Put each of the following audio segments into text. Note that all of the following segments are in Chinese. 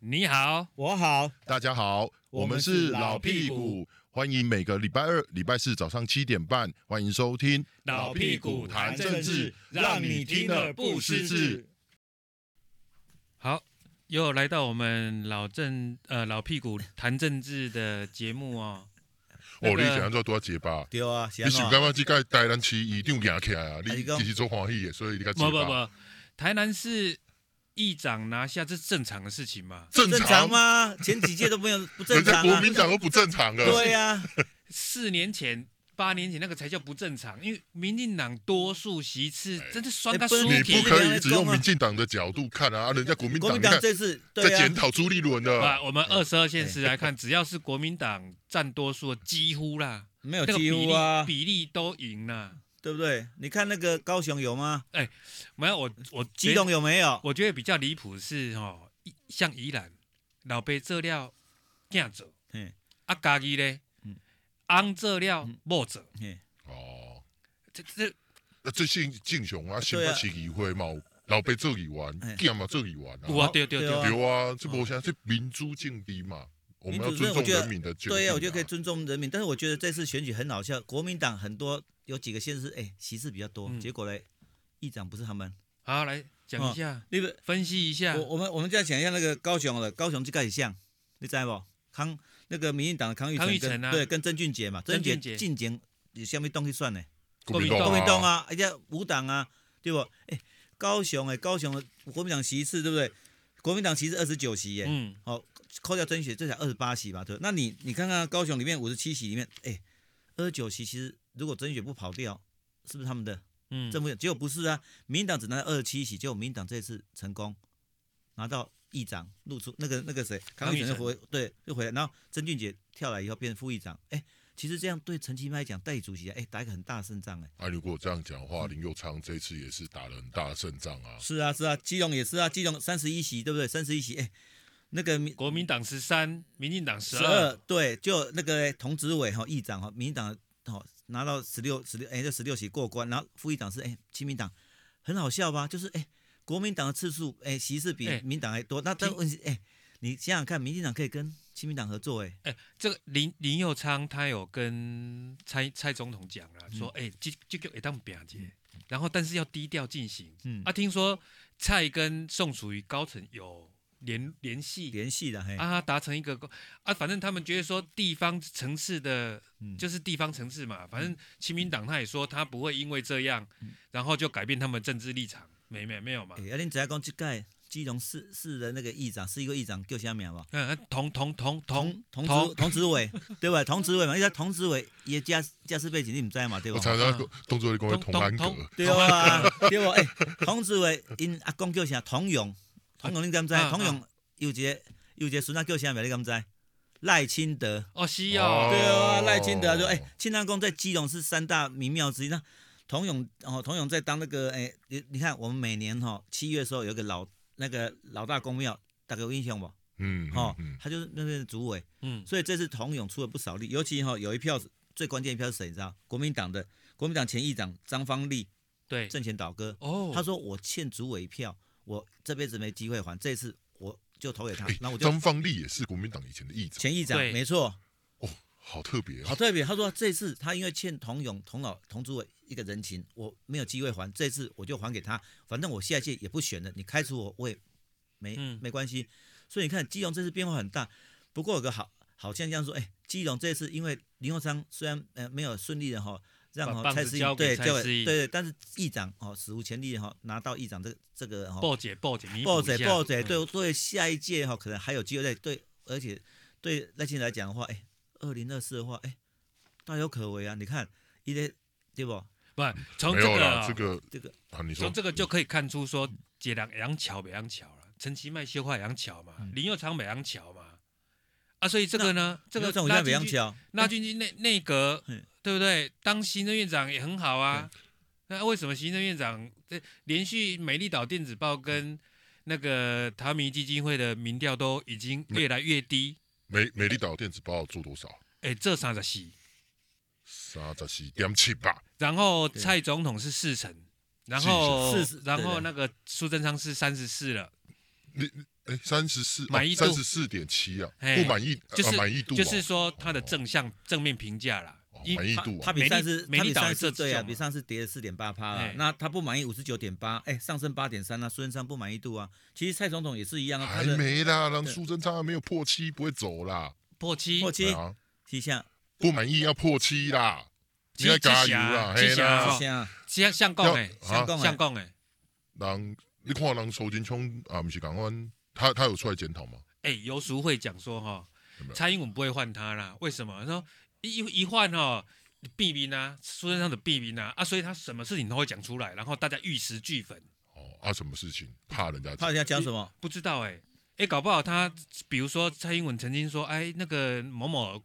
你好，我好，大家好，我我们们是是老老屁屁股股，欢迎每个礼拜二、礼拜四早上七点半，欢迎收听老屁股谈政治，让你听了不失智。好，又来到我们老政呃老屁股谈政治的节目哦。哦，那你个想要做多结巴？对啊，是你是安感怎觉即个台南市一定行起来啊？啊你你讲其实做欢喜的，所以你个结不不巴不，台南市议长拿下，这是正常的事情嘛？正正常？吗？前几届都没有不正人家常国啊。民党都不正常了。对呀、啊，四年前。八年前那个才叫不正常，因为民进党多数席次哎真的酸他哎不输是你给不你可你以只用你民进党的角度看啊，啊人家国民国党民你党看这次在对啊检，讨朱立伦啊，的，我们二十二县市来看，只要是国民党占多数，几乎啦，没有那个几比乎例啊，比例都赢啦。对不对？你看那个高雄有吗？没有我我基隆有没有？我觉得比较离谱是哦，一像宜兰老爸做了囝做嗯，啊家己咧嗯，翁做了某做，嘿哦，这这那最近敬雄啊，新对北啊市议会嘛，有老被这里玩哎，干嘛这里玩有啊，啊？对对对啊对，有啊，这不像这民主政敌嘛，我们要民主政尊我重觉得人民的决定。啊对呀、啊我觉得可以尊重人民，但是我觉得这次选举很好笑，国民党很多有几个县市，哎，席次比较多，嗯结果嘞，议长不是他们，好来讲一下，那个分析一下哦我，我们我们再讲一下那个高雄的，高雄这个很像，你知道不？康那个民进党的康玉康成裕跟成啊对跟曾俊杰嘛，曾曾俊俊杰哦杰进前有啥物东西算呢？国民国民党国党民啊党啊，而且五党啊，对不？哎，高雄哎，高雄的国民党席次对不对？国民党席次二十九席耶，嗯，好、扣掉甄选这才二十八席吧，对吧那你你看看高雄里面五十七席里面，哎，二十九席其实如果甄选不跑掉，是不是他们的？嗯政府结果不是啊，民进党只拿到二十七席，结果民进党这次成功拿到议长，露出那个那个谁，康康裕裕成就成回对又回来，然后曾俊杰跳来以后变副议长，哎，其实这样对陈其迈来讲，代理主席哎打一个很大的胜仗哎，啊，如果这样讲的话，林佑昌这次也是打了很大的胜仗哦啊。嗯是啊是啊，基隆也是啊，基隆三十一席对不对？三十一席哎，那个民国民党十三，民进党十十二二，对，就那个童子伟哈议长哈，民进党哈拿到十六十六哎这十六席过关，然后副议长是哎亲民党，很好笑吧？就是哎国民党的次数哎席次比哎民党还多，那但听问题是哎你想想看，民进党可以跟亲民党合作哎，哎，这个林林佑昌他有跟蔡蔡总统讲了，嗯说哎，这这个也当表姐，然后但是要低调进行，嗯啊，听说蔡跟宋楚瑜高层有联联系联系的嘿，啊，达成一个共啊，反正他们觉得说地方城市的嗯就是地方城市嗯嘛，反正亲民党他也说他不会因为这样，然后就改变他们政治立场，没没没有嘛哎，，啊恁只要讲这届基隆市市的那个议长，市一个议长叫啥名吧？嗯，啊同同同同童子童子伟对吧？童子伟嘛，因为他童子伟也家家世背景你们知道嘛对我吧？常常动作跟我同安格，对啊， 对无？哎、童子伟因阿公叫啥？童勇，童勇你敢知啊？童勇有一个有一个孙仔叫啥名？你敢知？赖清德。 哦西哦，对啊，赖清德就哎，清安宫在基隆是三大名庙之一。那童勇哦，童勇在当那个哎，你你看我们每年哈、哦、七月的时候有一个老那个老大公庙，大家有印象不？嗯，哦嗯，嗯他就是那边的主委，嗯所以这次童勇出了不少力，尤其哈、哦、有一票是最关键一票是谁？你知道？国民党的国民党前议长张方立对政前倒戈，哦，他说我欠主委一票，我这辈子没机会还，这次我就投给他哎，那我就张方立也是国民党以前的议长，前议长对没错，好特别啊好。特别。他说这次他因为欠童勇、童老、童主委一个人情，我没有机会还，这次我就还给他，反正我下一届也不选了，你开除我我也没、嗯没关系。所以你看基隆这次变化很大，不过有个好好现象说，哎，基隆这次因为林佑昌虽然呃没有顺利的哈。让把哦棒蔡子思交颖给对蔡交给思颖对对，但是议长哦史无前例哈拿到议长这个这个哦哈报姐报姐，弥补抱一着下抱着，嗯对对，下一届哈、可能还有机会再对，而且对赖清德来讲的话，哎，二零二四的话，哎，大有可为啊！你看，一些对不？不从没这有个啦，啊这个这个啊，你说从这个就可以看出说，解两杨桥北杨桥了，陈其迈修坏杨桥嘛，嗯林佑昌北杨桥嘛，啊，所以这个呢，这个这我拉在北进洋去桥，拉进去内内阁嗯，对不对？当行政院长也很好啊。那为什么行政院长这连续美丽岛电子报跟那个塔米基金会的民调都已经越来越低？美美丽岛电子报做多少？哎，这三十四，三十四点七吧。然后蔡总统是四成，然后是是是然后对对那个苏贞昌是三十四了。你哎，三十四满意度三十四点七啊，哎不满意就是、呃满意度哦就是说它的正向正面评价啦哦，因满意度他啊，比美丽上次美他丽比岛上也次是这对啊，样嘛比上次跌了四点八趴了哎。那他不满意五十九点八，哎，上升八点三啊，苏贞昌不满意度啊。其实蔡总统也是一样啊，他还的没啦，让苏贞昌还没有破七，不会走啦。破七破对七啊，七下不满意要破七啦，七你要加七油侠啦，七嘿侠啦哦七下，像像共哎，要啊像共哎，人你看人仇金冲啊，不是港湾，他他有出来检讨吗？哎，游淑慧讲说哈有没，有蔡英文不会换他啦，为什么？他说一一换哈。避名啊，苏贞昌的避名啊，啊，所以他什么事情都会讲出来，然后大家玉石俱焚。哦，啊，什么事情怕人家讲？他要讲什么？不知道哎、欸、搞不好他比如说蔡英文曾经说，哎，那个某某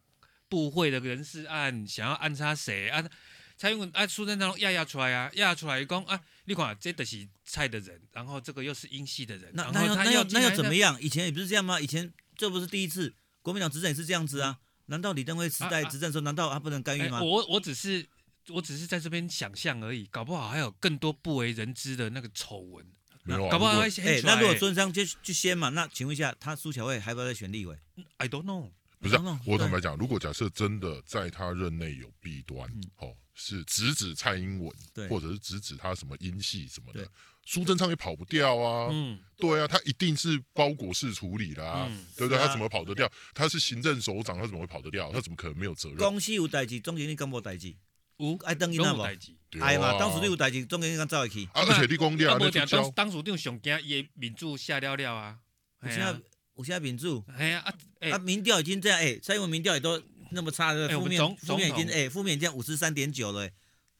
部会的人事案想要暗杀谁啊？蔡英文啊，苏贞昌压压出来啊，压出来讲啊，你看这都是蔡的人，然后这个又是英系的人，那然那后要他那要那要怎么样？样？以前也不是这样吗？以前这不是第一次，国民党执政也是这样子啊。难道李登辉时嗯代啊啊执政的时候，难道他不能干预哎吗？我我只是我只是在这边想象而已，搞不好还有更多不为人知的那个丑闻，没有啊，搞不好还如果掀哎，出来、那如果孙昌就就先嘛，那请问一下，他苏巧慧还要不要再选立委？ I don't know，不是啊等等我坦对白讲，如果假设真的在他任内有弊端，哦，是直指蔡英文，对或者是直指他什么英系什么的对，苏贞昌也跑不掉啊。嗯，对啊，他一定是包裹式处理啦、嗯对不对？是啊他怎么跑得掉？他是行政首长，他怎么会跑得掉？他怎么可能没有责任？公司有代志，总经理干无代志，无爱等伊那拢有无代？志。对哎嘛，当时你有代志，总经理敢走会去？啊，而且立功掉，啊，那无就定交当当属长上惊伊民主下了了啊。有嘿现啊在有现在民主哎呀啊，哎啊，民调已经这样，哎，蔡英文民调也都那么差，对不哎对我负们面总负面已经总哎负面已经五十三点九了，哎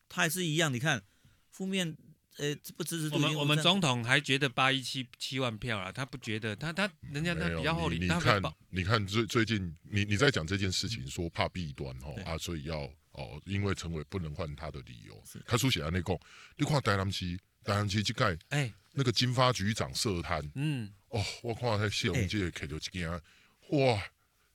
他还是一样，你看负面呃不支持度我已经们我们53总统还觉得八一七七万票啦，他不觉得，他他人家他没有比较厚你脸，你他比较看保，你看最最近，你你在讲这件事情，说怕弊端哦对啊，所以要哦，因为陈伟不能换他的理由是。他书写在内供，你看台南市，台南市这盖哎，那个金发局长涉贪嗯，哦，我看他谢龙介开头一件，哇，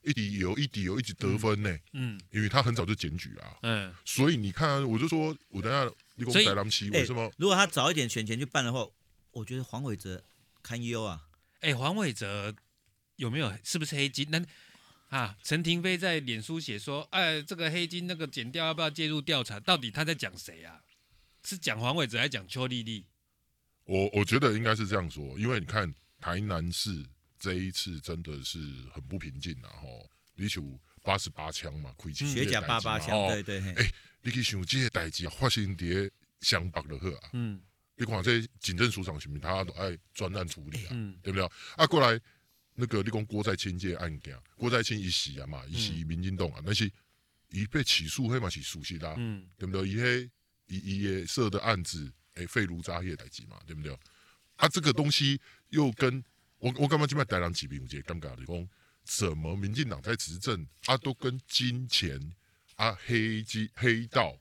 一滴油一滴油一直得分呢，嗯因为他很早就检举啊，嗯，所以你看，啊我就说，我等下你所讲以台南欸市为什么？如果他早一点选前去办的话，我觉得黄伟哲堪忧啊。哎，黄伟哲有没有是不是黑金？那啊，陈廷飞在脸书写说，哎，这个黑金那个剪掉要不要介入调查？到底他在讲谁啊？是讲黄伟哲还是讲邱丽丽？我我觉得应该是这样说，因为你看台南市这一次真的是很不平静啊，吼，你想八十八枪嘛，亏嗯钱嗯学甲八八枪，哦对，对嘿，哎你去想这些代志啊，发生伫湘北就好啊，嗯你看这警政署长是不是他都爱专案处理啊，嗯，对不对？啊，过来那个你讲郭在清这个案件，郭在清一死啊嘛，一嗯死民进党啊，但是伊被起诉，迄嘛是啊熟悉啦，嗯对不对？伊迄伊伊的设的案子，诶，废炉渣迄代志嘛，对不对？啊，这个东西又跟我我感觉今摆台南市民有一个尴尬就是讲，怎么民进党在执政啊，都跟金钱啊、黑金黑道、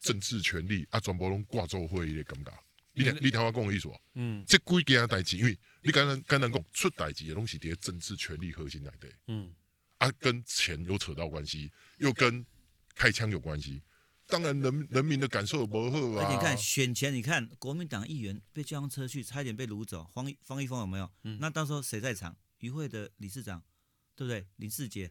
政治权利啊，全部拢挂做伙迄个感觉。你听你听我讲的意思无？嗯这几件代志，因为你刚刚刚刚讲出代志的东西，伫政治权力核心内底，嗯，啊，跟钱有扯到关系，又跟开枪有关系。当然人，人民的感受不好而啊。哎且你看选前，你看国民党议员被叫上车去，差一点被掳走，方一方一峰有没有？嗯那到时候谁在场？于会的理事长，对不对？林志杰，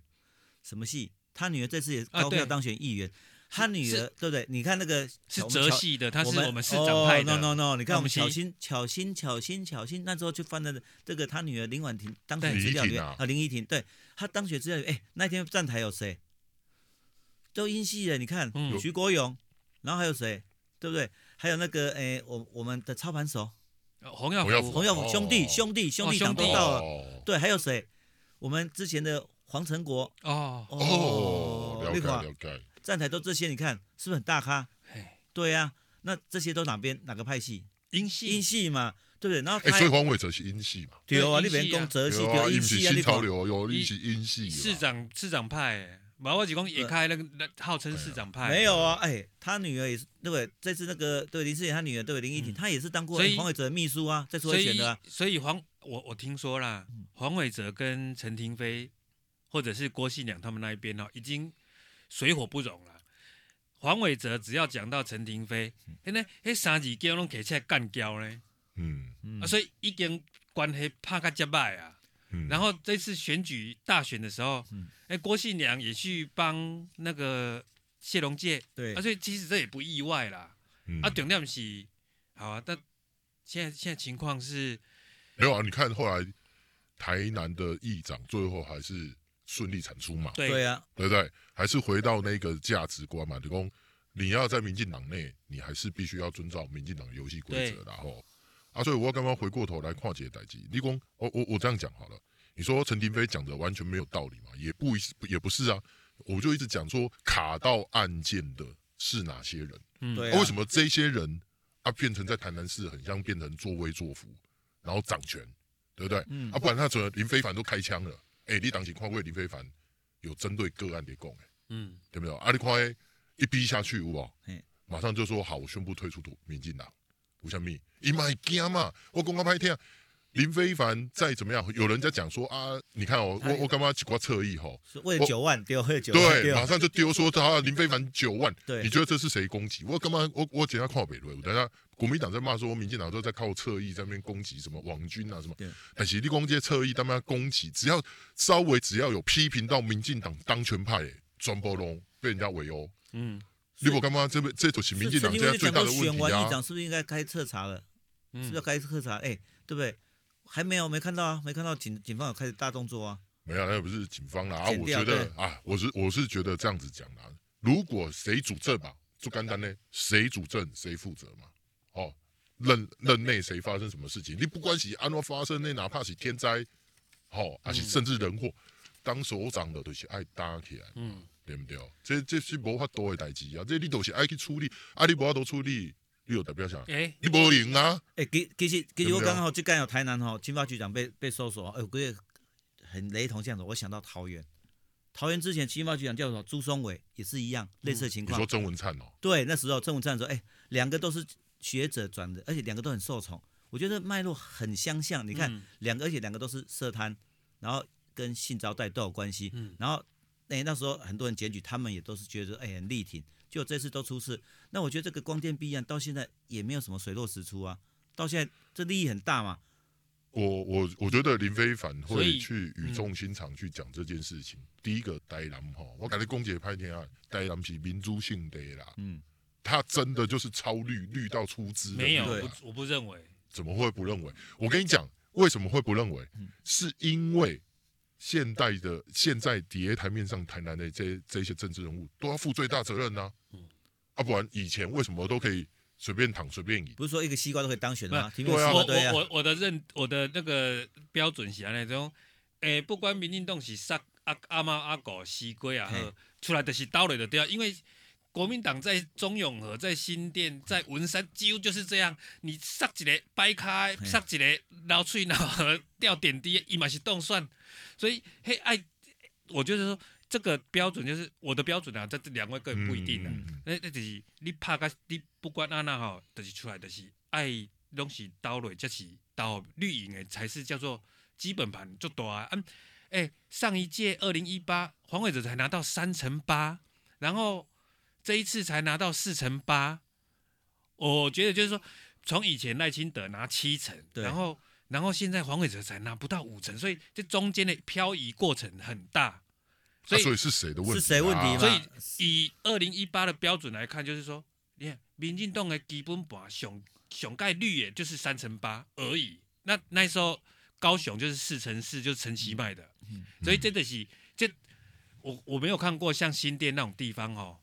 什么戏？他女儿这次也啊高票对当选议员，他女儿对不对？你看那个是我们泽乔系的，他是我们市哦长派的。 No No No，你看我我们们巧是心巧心巧心巧心，那时候去翻的这个他女儿林婉婷当对选资料里面林依婷啊啊，林依婷，对她当选资料里面，哎，那天站台有谁？都英系的，你看嗯徐国勇，然后还有谁？对不对？还有那个哎，我我们的操盘手呃洪耀洪耀福福洪耀福兄弟哦兄弟兄弟党兄都弟到了，哦，对，还有谁？我们之前的黄成国哦，哦，了那解个啊了解。站台都这些，你看是不是很大咖？嘿对呀、那这些都哪边哪个派系？英英系系嘛，对不对？然后哎、他所以黄伟哲是英系嘛？对啊，对你免英系啊讲泽系，对啊，对伊英不是系啊，你新潮讲流，有伊是英系嘛。市长市长派欸，马我只讲也开那个那号称市长派，没有啊？哎，他女儿也是，对不对？这次那个对林志颖，他女儿对林依婷，嗯她也是当过所以黄伟哲的秘书啊，在出所来以选的啊。所以黄我我听说啦，黄伟哲跟陈廷飞或者是郭信良他们那一边哦，已经水火不容了。黄伟哲只要讲到陈廷飞，哎那哎三字叫拢起起来干掉呢，嗯，嗯啊，所以已经关系怕个结拜啊。嗯然后这次选举大选的时候，哎，郭信良也去帮那个谢龙介，对啊，，所以其实这也不意外啦。嗯啊，重点是，好啊，但现在现在情况是，没有啊，你看后来台南的议长最后还是顺利产出嘛，对对啊，对不对？还是回到那个价值观嘛，就讲你要在民进党内，你还是必须要遵照民进党的游戏规则啦，然后啊，所以我要刚刚回过头来跨界代际，你讲我我我这样讲好了，你说陈廷飞讲的完全没有道理嘛？也不一也不是啊，我就一直讲说卡到案件的是哪些人。嗯对啊啊，为什么这些人啊变成在台南市很像变成作威作福，然后掌权，对不对？嗯啊，不然他准林非凡都开枪了，哎、你当情况为林非凡有针对个案的供，哎，嗯，对不对？啊，你看一逼下去，有无嘿？马上就说好，我宣布退出民进党，吴向密，伊买惊嘛，我公开拍听。林非凡再怎么样，有人在讲说啊，你看哦，我我干嘛我侧翼吼，是为了我九万丢，为了九万对，马丢，上就丢说他林非凡九万，对你觉得这是谁攻击？我干嘛？我我检查靠北论，等下国民党在骂说民进党都在靠侧翼在那边攻击什么网军啊什么对，但是立功这些侧翼他们要攻击，只要稍微只要有批评到民进党当权派，转波龙被人家围殴，嗯你我干嘛？这这就是民进是党是现因在为最整大个的问选题完啊议！长，是不是应该该彻查了？是不是嗯，该彻查？哎，对不对？还没有，没看到啊，没看到警警方有开始大动作啊。没有，那不是警方啦，啊剪我觉掉得啊，我是我是觉得这样子讲啦，如果谁主政嘛，就简单呢，谁主政谁负责嘛，哦，任任内谁发生什么事情，你不关系安怎发生的，哪怕是天灾，哦，而嗯且甚至人祸，当首长的都是爱搭起来，嗯，对不对？这这是无法度的代志啊，这你都是爱去处理，啊，你无法度处理，你有代表嗯啥？哎，你无赢啊，哎，其其实其实对我不对啊刚好就刚有台南哈，金发局长被被搜索，哎，我觉得很雷同这样子。我想到桃园，桃园之前金发局长叫什么朱松伟也是一样类似的情嗯你况说。曾文灿哦，对，那时候政府站的时候，哎，两个都是学者转的，而且两个都很受宠，我觉得脉络很相像。你看，嗯两个，而且两个都是社摊，然后跟性招待都有关系。嗯然后，哎，那时候很多人检举，他们也都是觉得哎很力挺，就这次都出事。那我觉得这个光电弊案到现在也没有什么水落石出啊，到现在这利益很大嘛。我我我觉得林非凡所会以去语嗯重心长去讲这件事情。第一个台南哈，我感觉公姐拍天啊，台南是民主性的啦，嗯，他真的就是超绿绿到出汁的那没有，种啊我啦不我不认为，怎么会不认为？我跟你讲，为什么会不认为？嗯是因为现代的现在叠台面上台南的这这些政治人物都要负最大责任呐、啊，嗯啊，不然以前为什么都可以随便躺随便赢？不是说一个西瓜都可以当选的吗？提名对啊西瓜我对啊我，我我的认我的那个标准是安尼种，诶、不管民进党是杀阿阿猫阿狗西龟啊，嘿出来的是刀类的对啊，因为国民党在中永和、在新店、在文山几乎就是这样，你杀一个掰开，嘿杀一个老吹脑和掉点滴，伊嘛是动算，所以嘿爱，我就是说这个标准就是我的标准啊，这这两位个人不一定啊。嗯嗯嗯那那就是你拍个你不管安那吼，就是出来就是爱拢是刀落，才是刀绿营的才是叫做基本盘做大啊。嗯，哎、上一届二零一八黄伟哲才拿到三成八，然后这一次才拿到四成八。我觉得就是说，从以前赖清德拿七成，对然后然后现在黄伟哲才拿不到五成，所以这中间的漂移过程很大。那所以所以是谁的问题、啊？是谁问题嘛？所以以二零一八的标准来看，就是说，你看民进党的基本盘熊熊盖率也就是三成八而已。那那时候高雄就是四成四，就是陈其迈的，嗯所以真的是这我我没有看过像新店那种地方哦，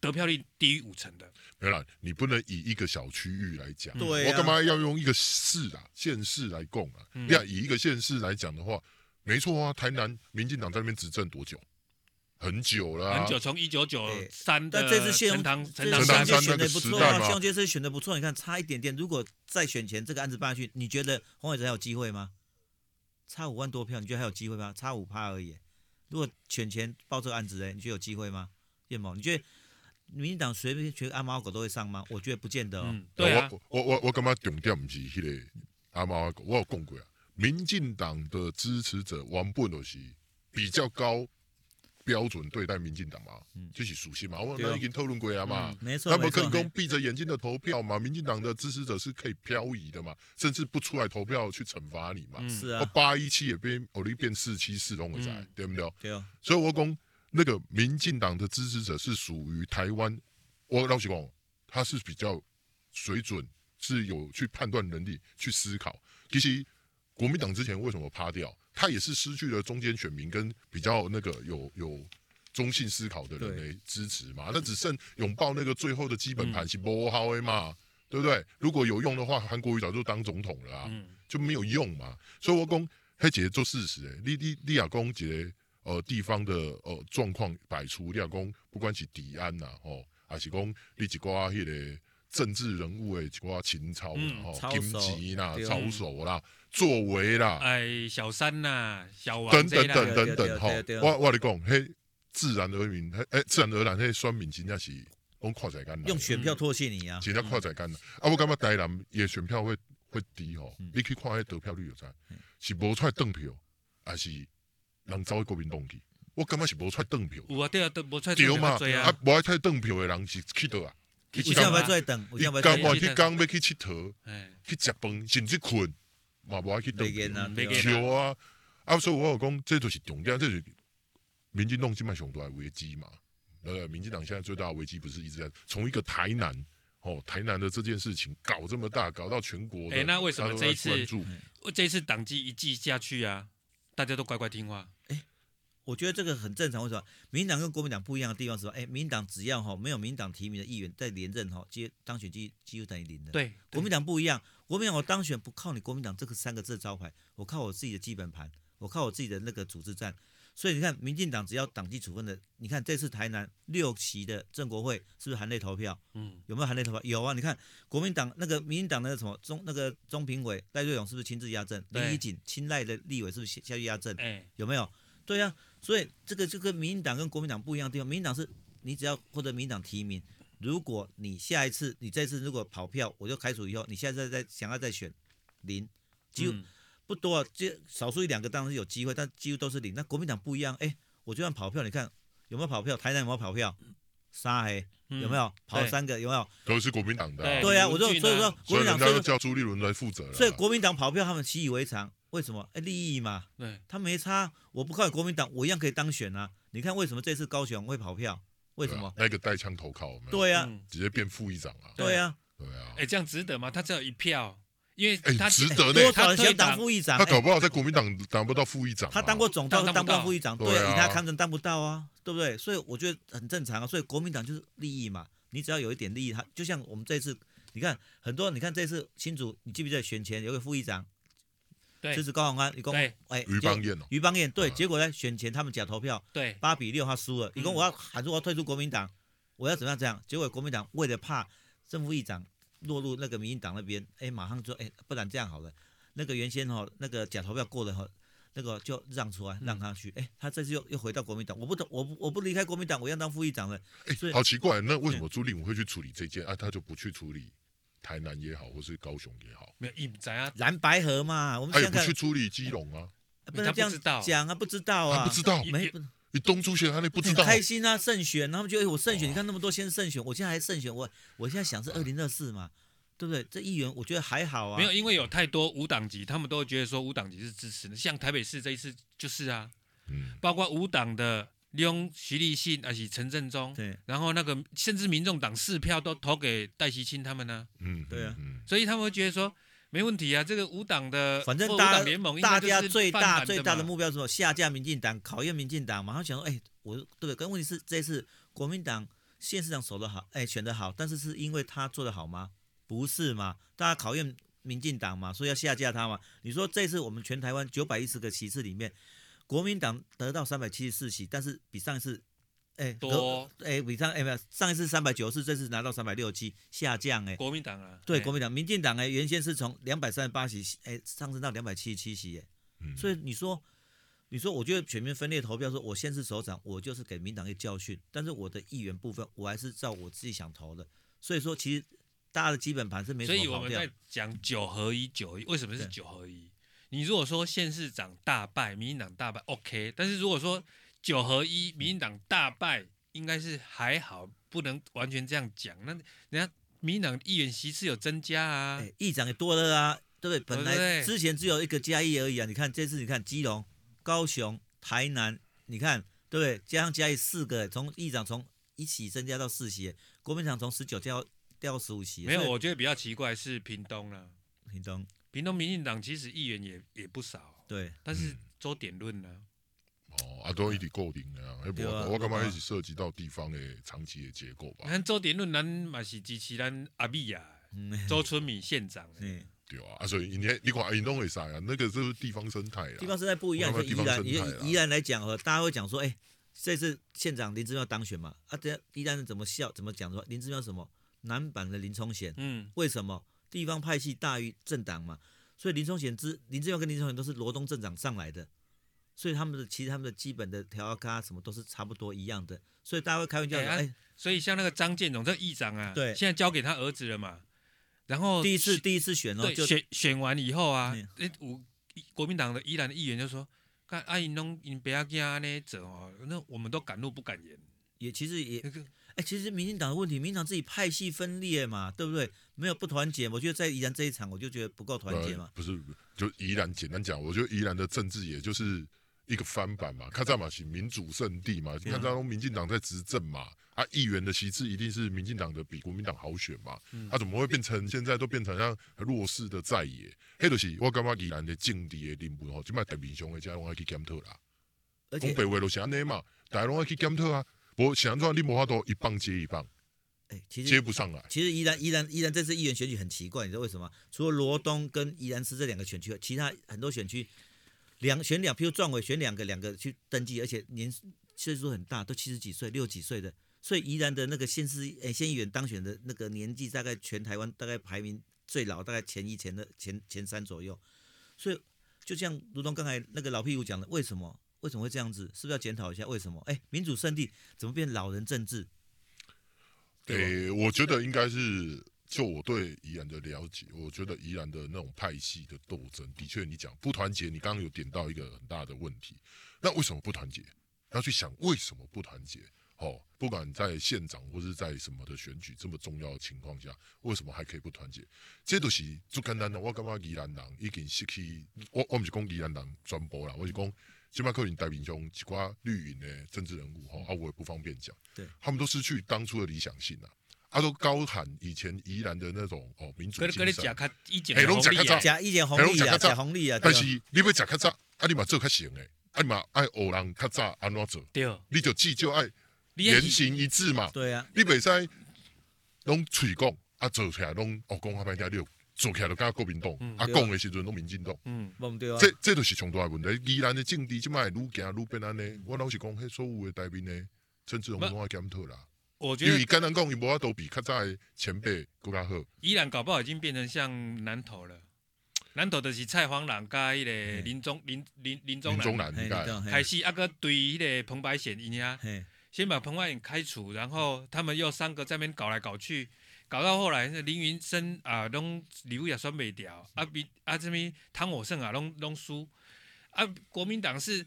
得票率低于五成的。没有啦，你不能以一个小区域来讲，对啊我干嘛要用一个市啊、县市来供啊？要、以一个县市来讲的话，没错啊，台南民进党在那边执政多久？很久了、啊，很久，从一九九三的但这次谢呃陈龙堂这陈次堂山谢龙陈堂山介那选个的不时错代啊，嘛谢龙介是选的不错，你看差一点点。如果再选前这个案子办下去，你觉得黄伟哲还有机会吗？差五万多票，你觉得还有机会吗？差五趴而已。如果选前报这个案子嘞，你觉得有机会吗？叶某，你觉得民进党随便选个阿猫阿狗都会上吗？我觉得不见得哦。嗯，对啊，我我我我干嘛重点不是迄个阿猫阿狗？我有讲过啊，民进党的支持者原本就是比较高标准对待民进党嘛嗯，就是属性嘛，我对哦们已经透论过了嘛。没错，他们没可错以嘿用闭着眼睛的投票嘛？民进党的支持者是可以漂移的嘛，甚至不出来投票去惩罚你嘛。嗯是哦啊，，八一七也变，哦，你变四七四拢会知，嗯对不对？对哦，所以我讲那个民进党的支持者是属于台湾，我老实讲，他是比较水准，是有去判断能力、去思考。其实国民党之前为什么趴掉，他也是失去了中间选民跟比较那个有有。中性思考的人对来支持嘛，那只剩拥抱那个最后的基本盘是不好的嘛，对不对？如果有用的话，韩国瑜早就当总统了啊。嗯就没有用嘛。所以我讲，迄一个做事实诶，你你你也讲一个呃地方的呃状况百出，你也讲不管是治安呐、吼、还是讲你一寡迄个政治人物诶一寡情操啦嗯吼、操金守钱啦、对啊操守啦、作为啦哎，小三呐、小王等这啊等啦等对等等对吼对对，我我跟你讲，迄自然而然，迄诶自然而然，迄选民真正是讲看在眼内用。选票唾弃你啊，真正看在干啦。啊，我感觉台南伊的选票会会低吼、嗯你去看迄得票率就知嗯，是无出来登票，还是人走去国民党去？我感觉是无出来登票，有啊，对啊，都无出来对嘛？对啊，无爱出来登票的人是去倒啊？去有有些些人人不不要要出出来等，有些伊人不要甘出愿来来去港要去佚佗、哎，去食饭，甚至困，嘛无爱去登等，票给。啊，袂对见啊啊笑啊！啊，所以我有讲，这就是重点，这就是民进党今麦上大的危机嘛。呃，民进党现在最大的危机不是一直在从一个台南哦，台南的这件事情搞这么大，搞到全国的，哎那为什么大家这都一在关次注我这次党纪一记下去啊，大家都乖乖听话。我觉得这个很正常。为什么？民进党跟国民党不一样的地方是吧？哎，民进党只要哈没有民进党提名的议员在连任哈，接当选几几乎等于零的。，对，国民党不一样，国民党我当选不靠你国民党这个三个字的招牌，我靠我自己的基本盘，我靠我自己的那个组织战。所以你看，民进党只要党纪处分的，你看这次台南六席的郑国会是不是含泪投票？嗯，有没有含泪投票？有啊！你看国民党那个民进党那个什么中那个中评委赖瑞勇是不是亲自压阵？对林怡锦青睐的立委是不是下去压阵？哎，有没有？对啊，所以这个就跟民进党跟国民党不一样的地方，民进党是你只要获得民进党提名，如果你下一次你这次如果跑票，我就开除以后，你下次再想要再选零，几乎嗯不多啊，这少数一两个当然是有机会，但几乎都是零。那国民党不一样，哎，我就算跑票，你看有没有跑票？台南有没有跑票？沙黑有嗯没？有跑对三个？有没有？都是国民党的、啊，对对啊，林我就所以俊啊说国所以民党人家这要个，叫朱立伦来负责了啊。所以国民党跑票他们习以为常，为什么？哎，利益嘛，对，他没差，我不靠国民党，我一样可以当选啊！你看为什么这次高雄会跑票？为什对啊么？那个带枪投靠我们？对呀、嗯直接变副议长啊！对对呀、对啊，哎，这样值得吗？他只有一票，因为哎他值哎得呢多他少人对想当党副议长？他搞哎不好在国民党当不到副议长、啊。他当过总统，当当当不不到到副议长，对对啊以他扛成当不到啊，对不对？所以我觉得很正常啊。所以国民党就是利益嘛，你只要有一点利益，他就像我们这次，你看很多，你看这次新竹，你记不记得选前有个副议长对支持高鸿安，一共对哎于邦结彦哦，于邦彦对，嗯结果呢选前他们假投票，对，八比六他输了，一共嗯我要喊说我要退出国民党，我要怎么样怎样？结果国民党为了怕正副议长落入那个民进党那边，哎，马上说，哎，不然这样好了，那个原先哈、那个假投票过了哈、那个就让出来，让他去。哎，他这次又又回到国民党，我不懂，我不我不离开国民党，我要当副议长了。哎、所以好奇怪，那嗯为什么朱立伦会去处理这件啊？他就不去处理台南也好，或是高雄也好。没有一怎样？蓝白河嘛，我们他也想哎不想去看，处理基隆啊，不能这他不知道样讲啊，不知道啊，他不知道，没也不你东出现他那不知很道，开心啊，胜选，然后就哎、我胜选，你看那么多先胜选，我现在还胜选，我我现在想是二零二四嘛，对不对？这议员我觉得还好啊，没有，因为有太多无党籍，他们都会觉得说无党籍是支持的，像台北市这一次就是啊，嗯，包括无党的利用徐立信而且陈振中，对然后那个甚至民众党四票都投给戴习清他们呢、嗯，对啊嗯，所以他们会觉得说没问题啊，这个无党的反正或无大党联盟应大该就是家最大泛蓝的最嘛大的目标是什么？下架民进党，考验民进党嘛。他想说，哎、我对不对？跟问题是这次国民党县市长守得好，哎、选得好，但是是因为他做得好吗？不是嘛？大家考验民进党嘛，所以要下架他嘛。你说这次我们全台湾九百一十个席次里面，国民党得到三百七十四席，但是比上一次，哎、多得，哎、比上哎没有上一次三百九十四，这次拿到三百六七，下降哎、国民党啊，对哎国民党、民进党哎，原先是从两百三十八席，哎，上升到两百七十七席，哎，嗯所以你说，你说，我觉得全面分裂投票，说我先是首长，我就是给民党一个教训，但是我的议员部分，我还是照我自己想投的，所以说其实大家的基本盘是没什所以么我跑们掉在，讲九合一，九合一为什么是对九合一？你如果说县市长大败，民进党大败，OK，但是如果说九合一，民进党大败，应该是还好，不能完全这样讲。那人家民进党议员席次有增加啊，哎，议长也多了啊，对不对？对本不来对之前只有一个嘉义而已啊，你看这次你看基隆、高雄、台南，你看对不对？加上嘉义四个，从议长从一起增加到四席，国民党从十九掉掉十五席，没有，所以我觉得比较奇怪是屏东啦、屏东屏东民进党其实议员也也不少，对但是周点论啊呢、哦，啊，都一直固定的啊，哎，对啊哎我我感对觉啊一起涉及到地方的长期的结构你吧，看周点论，咱嘛是支持咱阿米呀、嗯， 周春米县长的，嗯，对啊，啊，所以你看你看运动会啥呀？那个就是地方生态啊地啦方，实在不一样。我所们以地宜方兰生宜态啦宜兰来讲哦，大家会讲说，哎，这次县长林志妙当选嘛，啊，这宜兰人怎么笑怎么讲说林志妙什么南版的林冲贤，嗯，为什么？地方派系大于政党嘛，所以林冲贤之林志耀跟林冲贤都是罗东镇长上来的，所以他们的其实他们的基本的调咖什么都是差不多一样的，所以大家会开玩笑说，哎啊哎，所以像那个张建荣这个议长啊，对现在交给他儿子了嘛，然后第一次选第一次选哦，对就选选完以后啊嗯，那五国民党的依然的议员就说，啊看阿英弄你不要跟阿那走哦，那我们都敢怒不敢言，也其实也那个哎，其实民进党的问题，民进党自己派系分裂嘛，对不对？没有不团结，我觉得在宜兰这一场，我就觉得不够团结呃嘛，，不是，就宜兰简单讲，我觉得宜兰的政治也就是一个翻版嘛，看战马是民主圣地嘛，啊看战中民进党在执政嘛，啊，议员的席次一定是民进党的比国民党好选嘛，嗯他、怎么会变成现在都变成像弱势的在野？黑就是我感觉宜兰的政治的进步吼，哦即摆大民雄的家拢爱去检讨啦，而讲且白话就是安尼嘛，大家拢爱去检讨啊，无想怎你无法度一棒接一棒，哎，其接实不上来。其实宜兰宜兰宜兰这次议员选举很奇怪，你知道为什么？除了罗东跟宜兰市这两个选区，其他很多选区两选两，譬如壮委选两个两个去登记，而且年岁数很大，都七十几岁、六十几岁的，所以宜兰的那个县市诶县议员当选的那个年纪，大概全台湾大概排名最老，大概前一前的前前三左右。所以就像如同刚才那个老屁股讲的，为什么为什么会这样子？是不是要检讨一下为什么？哎，民主圣地怎么变老人政治？对诶、我觉得应该是就我对宜兰的了解，我觉得宜兰的那种派系的斗争，的确你讲不团结，你刚刚有点到一个很大的问题。那为什么不团结？要去想为什么不团结。哦，不管在县长或是在什么的选举这么重要的情况下，为什么还可以不团结？这都是最简单的。我感觉宜兰人已经失去，我我不是讲宜兰人传播啦，我是讲即摆可能台面上一寡绿营的政治人物吼，啊，我也不方便讲，对他们都失去当初的理想性啦、啊，都高喊以前宜兰的那种哦民主跟跟精你讲神，他意见哎很拢红吃利较啊早，假一点红利哎啊，我讲较早假红利啊，但对啊是你要食较早，啊，你嘛做较成诶，啊，你嘛爱学人较早安怎做，对，你就至少爱你也言行一致嘛。对啊，你袂使拢嘴讲，啊做起来拢哦讲较歹听，你就做起来就敢国民党，啊对啊讲的时阵拢民进党。嗯，梦对啊，这这就是上大的问题。宜兰的政治即摆愈行愈变安尼，我老实讲，迄所有的台面呢，政治人物拢爱检讨嗯啦。我觉因得为简单讲，伊无法度比较早的前辈更较好。宜兰搞不好已经变成像南投了，南投就是蔡黄朗加迄个林中林林林中林宗南南嘿应你该讲嘿开始啊个对迄个彭白显因啊，嘿，先把彭白显开除，然后他们又三个在那边搞来搞去，搞到后来那林云生啊拢礼物也选袂掉，啊比啊这边汤火胜啊拢拢输，啊国民党是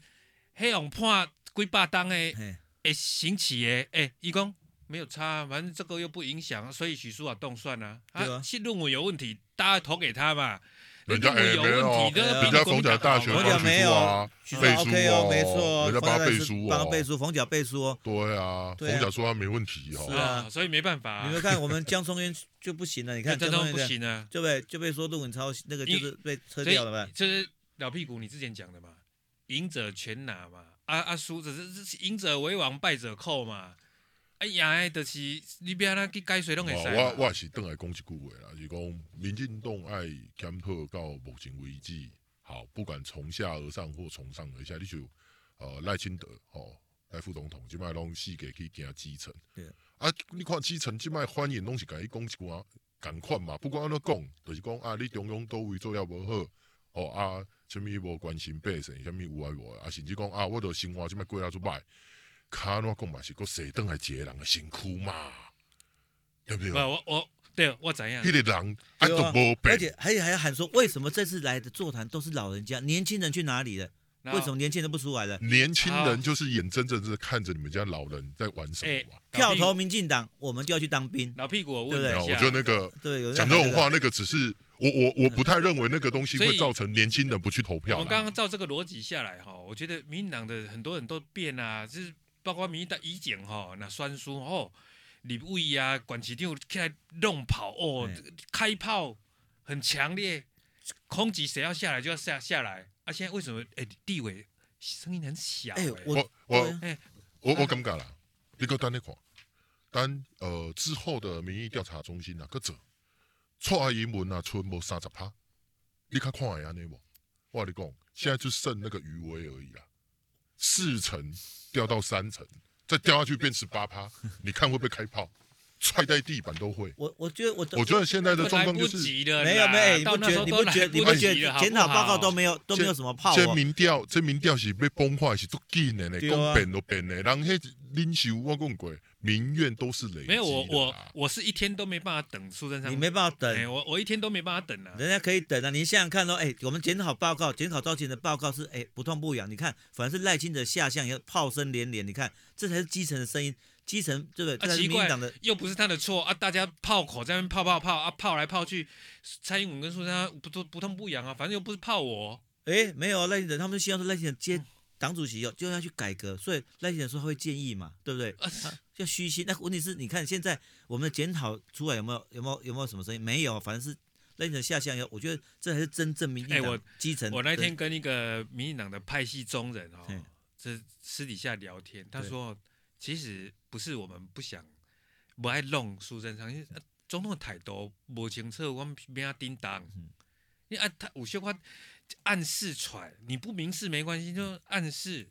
黑用判几百档的嘿，诶行起诶，诶，义工没有差啊，反正这个又不影响，所以许书啊动算啊，对啊是论文有问题，大家投给他嘛，人家论文有哎没有问题，那个人比家国民逢甲党大好学嘛冯角没帮许书有啊，许背硕书 OK 哦，没错，冯人家角帮他背书哦，帮他背书，冯角背书哦。对啊，对啊冯甲说他没问题是是哦。啊，所以没办法、你啊，们看，我们江松渊就不行了，你 看这江都松渊不这样，行啊，就被就被说陆文超那个就是被撤所以掉了吧？这是老屁股你之前讲的嘛，赢者全拿嘛，啊啊输者是是赢者为王，败者寇嘛，哎呀，就是你别那去改水拢会使哦我我也是等来讲一句话啦，就是讲民进党爱检讨到目前为止，好，不管从下而上或从上而下，你就呃赖清德哦，赖副总统即摆拢四个去行基层对，啊，你看基层即摆反应拢是甲伊讲一啊寡共款嘛，不管安怎讲，就是讲啊，你中央倒位做了无好，哦啊，啥物无关心百姓，啥物有爱无爱，啊，甚至讲啊，我着生活即摆过啊足歹，卡安怎讲嘛是搁坐等来一个人的身躯嘛，对不对不，？我我对我怎样迄，个人啊对都啊无而变，且还还要喊说，为什么这次来的座谈都是老人家，年轻人去哪里了？然后为什么年轻人都不出来了？年轻人就是眼睁睁的看着你们家老人在玩什么嘛。老票屁投民进党，我们就要去当兵。老屁股我问对哎然一后下，我觉得那个对，有人讲这种话，那个只是我我我不太认为那个东西所会以造成年轻人不去投我票们啦。刚刚照这个逻辑下来哈，我觉得民进党的很多人都变啊，就是包括民进党以前哈，那酸叔哦，李卫啊，管其定起来弄跑哦嗯，开炮很强烈，空击谁要下来就要下下来。啊，现在为什么哎、地位声音很小、哎、哎我我对我啊哎我我感觉啦，你个等那看，等呃之后的民意调查中心啊，搁做蔡英文啊，剩无三十趴，你较看会安尼无？我跟你讲，现在就剩那个余威而已啦，四成掉到三成，再掉下去变十八趴，你看会不会开炮？踹在地板都会。我我觉得我我觉得现在的都状来况不就是，及了啦，没有哎没有，你啊到不那觉时得候你都不来觉得你不不及觉了得好不好检讨报告都没有都没有什么炮这哦？民调，这民调是被崩坏，是都紧的呢，对啊讲变都变的。人迄领袖我讲过，民怨都是累积没的啦有我我我是一天都没办法等苏贞昌，你没办法哎等，我我一天都没办法等啊。人家可以等啊。你想想看哦，哎，我们检讨报告，检讨到前的报告是哎不痛不痒，你看，反而是赖清德下乡也炮声连连，你看这才是基层的声音，基层对不对？啊，这才是奇民进怪党的，又不是他的错啊！大家炮口在那边炮炮炮啊，炮来炮去，蔡英文跟苏珊她不都不痛不痒啊，反正又不是炮我。哎，没有啊赖清德，他们希望说赖清德接嗯党主席哦，就要去改革，所以赖清德说他会建议嘛，对不对？啊啊要虚心。那问题是，你看现在我们的检讨出来有没有有没有有没有什么声音？没有，反正是赖清德下乡以后，我觉得这才是真正民进哎我党基层的。我那天跟一个民进党的派系中人哦嗯，这私底下聊天，他对说其实不是我们不想不爱弄苏贞昌，因为、啊、总统的态度不清楚，我们边啊叮当嗯。因为啊，他有些话暗示出来，你不明示没关系，就暗示。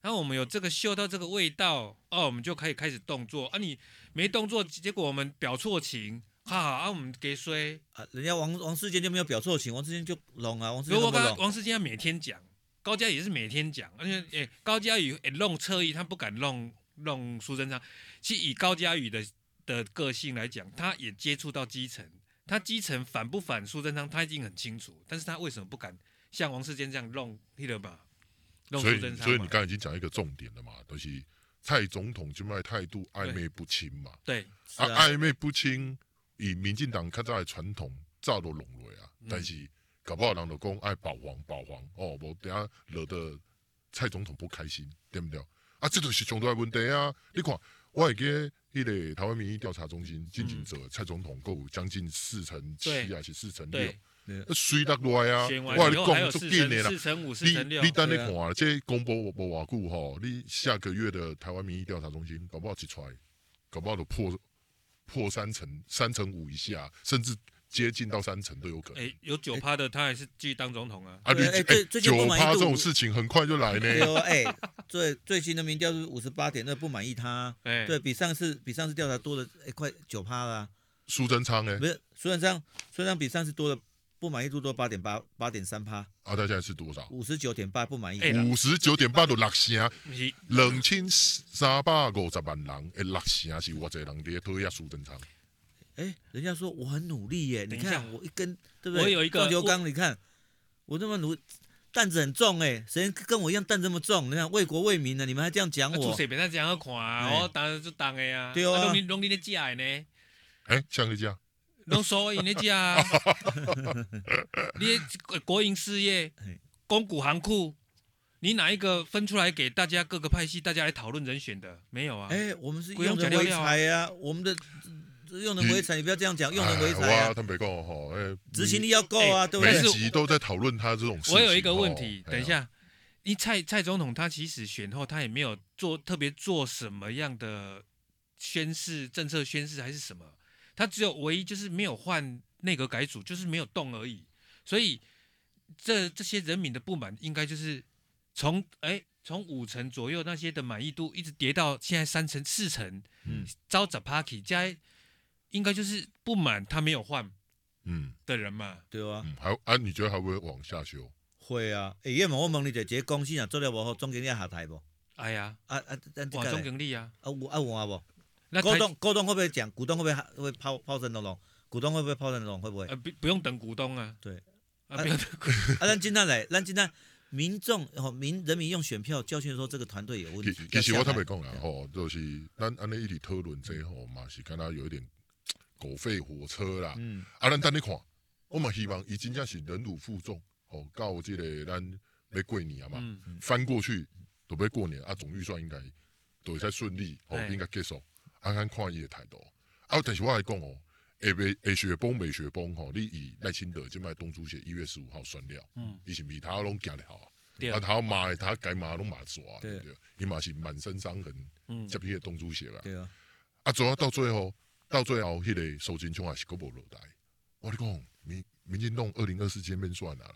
然后我们有这个嗅到这个味道，哦，我们就可以开始动作。啊，你没动作，结果我们表错情，哈、啊，我们给衰。啊，人家王王世坚就没有表错情，王世坚就拢啊，王世所以坚我都不跟拢。王世坚每天讲，高嘉也是每天讲，而且诶、高嘉宇诶弄侧翼，他不敢弄弄苏贞昌。其实以高嘉宇的的个性来讲，他也接触到基层，他基层反不反苏贞昌，他已经很清楚。但是他为什么不敢像王世坚这样弄那个嘛？弄苏所以贞昌嘛所以你刚才已经讲一个重点了嘛，都、就是蔡总统就卖态度暧昧不清嘛，对是啊啊，暧昧不清，以民进党较早的传统早都拢落啊，嗯但是搞不好人就讲爱保皇保皇哦，无等下惹得蔡总统不开心，对不对？啊，这就是上大的问题啊！你看，我会记迄个台湾民意调查中心进行者、蔡总统购有将近四成七嗯对啊，是四成六对，，那水落落来啊！选我完以跟你后还讲有足四紧成的啦。四成五、四成啊你六你，等你对啊看啊，这公布无无偌久吼，你下个月的台湾民意调查中心，搞不好一出来，搞不好都破破三成、三成五以下，甚至接近到三成都有可能。诶，有九趴的他还是继续当总统啊。啊，你哎对哎最最近不九满意趴度这种事情很快就来对呢。哦，哎，最最新的民调是五十八点二，不满意他啊，哎，对比上次比上次调查多了哎快九趴了啊，苏贞昌呢不？是苏贞昌，苏贞昌比上次多了不满意度多八点八八点三趴，啊，他现在是多少？五十九点八不满意。哎五十九点八都六成，不是两千三百五十万人诶，六成是偌济人伫讨厌啊苏贞昌。哎，人家说我很努力耶，你等一下看我一根，对不对？我有一个撞球杆，你看我那么努，担子很重哎，谁跟我一样担这么重？你看为国为民的，你们还这样讲啊出我？水平他怎样好看啊？哎我当然就当的呀。对啊拢你拢你咧假的呢？诶、像你这样，拢所有人咧食啊， 你的国营事业嘿、公股行库，你哪一个分出来给大家各个派系大家来讨论人选的？没有啊？哎，我们是不用用人讲为料啊财啊，我们的用人为财，你不要这样讲，用人为财哎啊我，坦白讲吼，哎诶、执行力要够啊，对不每但对是？集都在讨论他这种事情。我有一个问题哦，等一，啊下，你蔡蔡总统他其实选后他也没有做特别做什么样的宣誓政策宣誓还是什么，他只有唯一就是没有换内阁改组，就是没有动而已。所以这这些人民的不满应该就是从哎从五成左右那些的满意度一直跌到现在三成四成，嗯，招着 party 加应该就是不满他没有换嗯的人嘛。对啊，嗯，还啊，你觉得还会往下修？会啊。哎，叶某我问你者，这个公司啊做了无好，总经理下台无？哎呀，啊啊，咱这哇，个总嘞经理啊，啊有啊有啊无？那股台东股东会不会讲？股东会不会会不会抛抛身龙龙？股东会不会 抛身龙龙？会不会？呃，不不用等股东啊。对啊，啊不用等股啊，咱今天来，咱今天民众哦民人民用选票教训说这个团队有问其题。其实我要下坦来白讲啦，吼，就是咱安尼一直讨论这吼嘛是敢若有一点狗吠火车啦。嗯啊，咱等你看，我嘛希望伊真正是忍辱负重，吼，到即个咱要过年啊嘛，嗯翻过去都要过年啊，总预算应该都会使顺利，吼、哎应该结束。啊，咱看伊的态度。啊，但是我来讲哦，会袂会雪崩袂雪崩吼，你以赖清德即摆东主席一月十五号选了，嗯，伊是比他拢行得好啊。对啊，他骂的他该骂拢骂煞，对对不对？伊嘛是满身伤痕，嗯接迄个东主席啊。对啊，啊，主要到最后，到最后迄个收金枪也是个无落台。我跟你讲，民民进党二零二四见面算啊啦，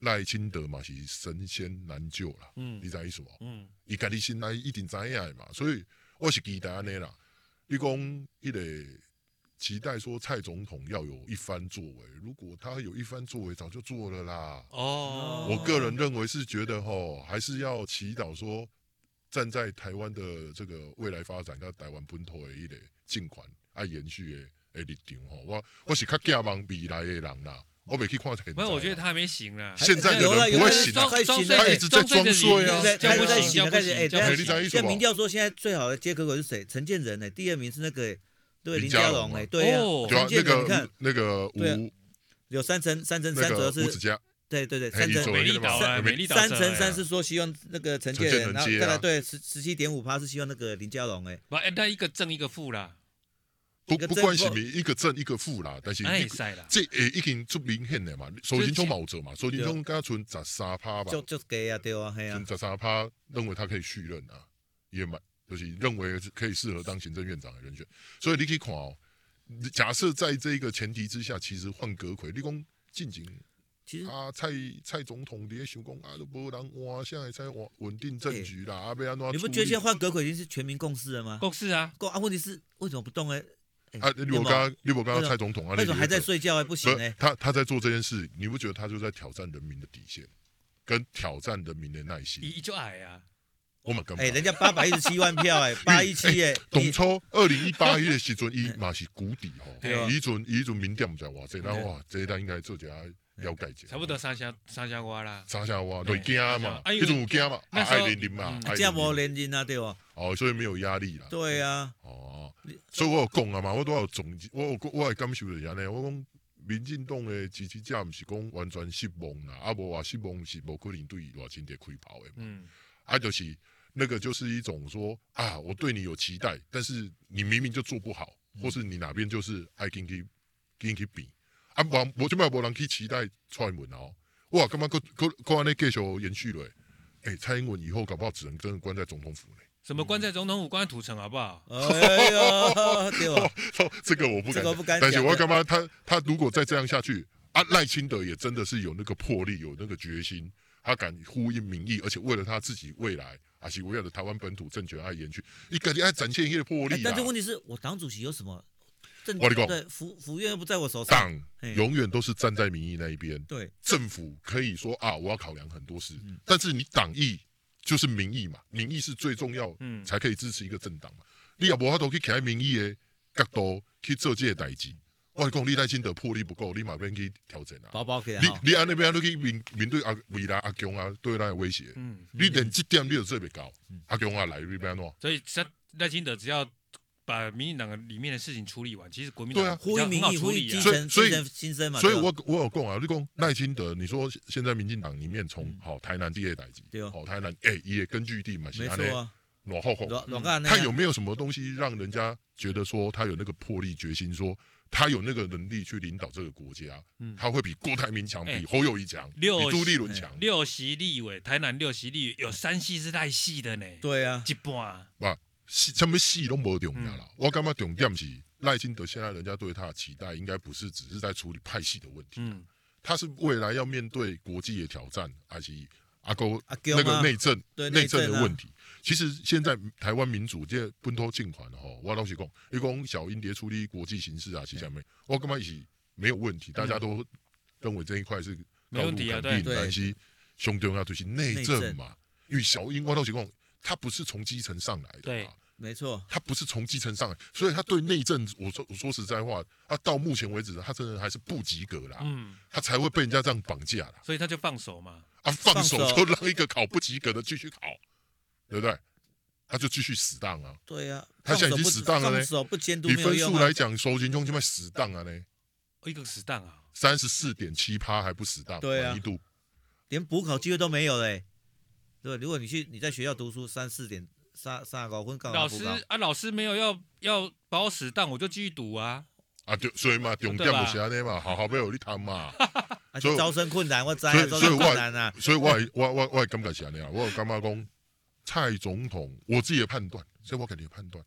赖清德嘛是神仙难救啦。嗯你知意思无？嗯伊家己心内一定知影的嘛，所以我是期待安尼啦。你讲迄个期待说蔡总统要有一番作为，如果他有一番作为，早就做了啦。哦，我个人认为是觉得吼，还是要祈祷说，站在台湾的这个未来发展，跟台湾本土的一个进款爱延续的的立场吼。我我是较寄望未来的人啦，我未去看现在没啦。有，我觉得他还没醒啦。现在的有了人有不会了醒啊装快装醒睡的了他一直在装睡的装睡你啊就是他叫一不直在醒醒叫了不开始醒，哎叫等不下醒哎，你知意思现在无民？调说，现在最好的接口口是谁？陈建仁呢、第二名是那个、对林林佳佳龙龙哎、啊对啊哦，对啊陈，那建仁你个看那个对啊吴有三成三成那三个则吴子是，嘉，对对对，嘿三一成周美丽岛啊，美美丽岛三上来乘啊三是说希望那个陈陈建建仁，仁然后接再啊来对十十七点五趴是希望那个林佳龙哎、不，哎，那一个正一个负啦，不一个不正管是不你一个正一个负啦，但是哎一，个塞啦，这诶已经足明显的嘛，首先冲冇折嘛，首先冲敢存十三趴吧，就就给啊对啊嘿啊存，十三趴认为他可以续任啊，也蛮就是认为是可以适合当行政院长的人选，所以你可以看哦，假设在这个前提之下，其实换阁魁，你讲进前嗯其实啊蔡蔡总统你也想讲啊都无人换，现在才稳稳定政局啦，啊要安怎你处不理觉得现在换葛魁已经是全民共识了吗？共事啊，共啊，问题是为什么不动哎、欸？啊？你我刚刚你我刚刚蔡总统啊，为什么还在说？睡觉哎、不行不哎、是他他在做这件事，你不觉得他就在挑战人民的底线，跟挑战人民的耐一心？一就矮啊，我们根哎、本人家八百一十七万票 哎、八一七哎，董你超二零一八迄个 时阵，哎伊嘛是谷底吼，对啊伊阵伊阵民调毋知偌济，咱对哇，这咱应该做一下了解者，差不多三箱三箱瓜啦，啥下哇，对就惊嘛，哎呦迄阵有惊嘛，啊那时候爱零零嘛嗯，爱这样没零零连人啊对吧？哦，所以没有压力啦。对啊，哦，所以我有讲啊嘛，我都有总结，我有我的感受就是安尼，我讲民进党的支持者毋是讲完全失望啦，啊无话失望是无可能对偌清德开炮的嘛，嗯，啊就是那个就是一种说啊，我对你有期待，但是你明明就做不好，或是你哪边就是爱跟去跟去比，啊无无即摆无人去期待踹门哦，哇，感觉佫佫佫安尼继续延续落，诶、蔡英文以后搞不好只能真的关在总统府内，什么关在总统府，关在土城好不好？哎 呦，对吧？这个我不这敢个不敢但是讲我的干嘛？他他如果再这样下去，啊，赖清德也真的是有那个魄力，有那个决心，他敢呼应民意，而且为了他自己未来，啊，是为了台湾本土政权爱延续，你感觉爱展现一个魄哎力啊但是！问题是我党主席有什么政我跟你讲对府府院又不在我手上，党嘿永远都是站在民意那一边，对政府可以说啊，我要考量很多事，嗯但是你党意就是民意嘛，民意是最重要，嗯才可以支持一个政党嘛。你也无法度去站在民意的角度去做这个代志。我跟你讲，你赖清德魄力不够，你马边去调整啊。包包给他你哈。你安那边都去面面对阿未来阿强啊对咱的威胁，嗯，你连这点你都做不到，嗯阿强啊来你边喏，所以他赖清德只要把民进党的里面的事情处理完，其实国民对啊党比呼吁较民很好意，处呼吁理基啊所以，层所以基层心声嘛。所以对吧我我有讲啊，你讲赖清德，你说现在民进党里面从好台南这些代志嗯对，哦好台南哎也根据地嘛是没安错尼啊，暖和和，软软干那看嗯有样没有什么东西让人家觉得说他有那个魄力决心，说他有那个能力去领导这个国家，嗯他会比郭台铭强，哎比侯友谊强，比六朱立伦哎强，六席立委，台南六席立委有三席是赖系的呢，对啊，一半，戏什么戏都没重要啦。我感觉重点是赖清德现在人家对他的期待，应该不是只是在处理派系的问题，嗯，他是未来要面对国际的挑战，还是阿哥阿强啊那个内政对内政内政的啊问题。其实现在台湾民主这奔头进款吼，我老实讲，你讲小英蝶处理国际形势啊，其实没，我感觉是没有问题，大家都认为这一块是没问题啊对对但是胸中要就是内内政政嘛，因为小英我老实讲，他不是从基层上来的，对。没错。他不是从基层上来，所以他对内政，我说我说实在话，他到目前为止，他真的还是不及格啦，嗯，他才会被人家这样绑架啦。所以他就放手嘛，啊，放手放手就让一个考不及格的继续考，对不对？他就继续死当啊！对啊，他现在已经死当了呢放手不监督以没有分用数啊来。讲，收金兄现在死当啊呢，一个死当啊，三十四点七趴还不死当，对啊满意度连补考机会都没有嘞、对，如果你去你在学校读书三四点三三高分，干嘛老补师考？啊，老师没有要要把我死当，我就继续读啊。啊，就所以嘛，重点就是安尼嘛，好好被有你谈嘛。而所且以招生困难，我知啊所以，招所以生我困难啊，所以我也我我我也感觉是安尼啊，我有感觉讲蔡总统，我自己的判断，所以我给你的判断，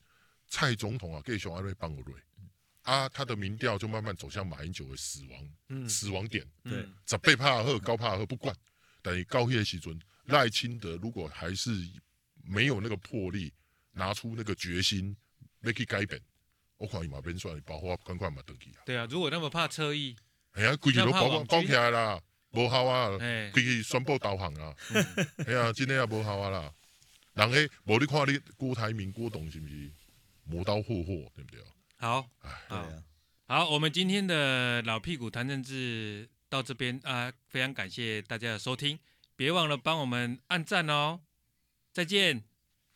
蔡总统啊，继续安尼放我落，啊，他的民调就慢慢走向马英九的死亡、嗯，死亡点，嗯对十八怕赫高怕赫不管，但是高迄时阵赖清德如果还是没有那个魄力，拿出那个决心，要去改变，我看伊嘛免算，包括看看嘛登去啊，对啊，如果那么怕车意，哎呀，规个都那怕包网包军起来啦，无效啊。啊哎，规去宣布投降 啊！哎呀，真诶也无效啊啦。人迄无你看你郭台铭、郭董是毋是磨刀霍霍，对不对？好，对好，啊，好，我们今天的老屁股谈政治到这边啊，非常感谢大家的收听，别忘了帮我们按赞哦，再见。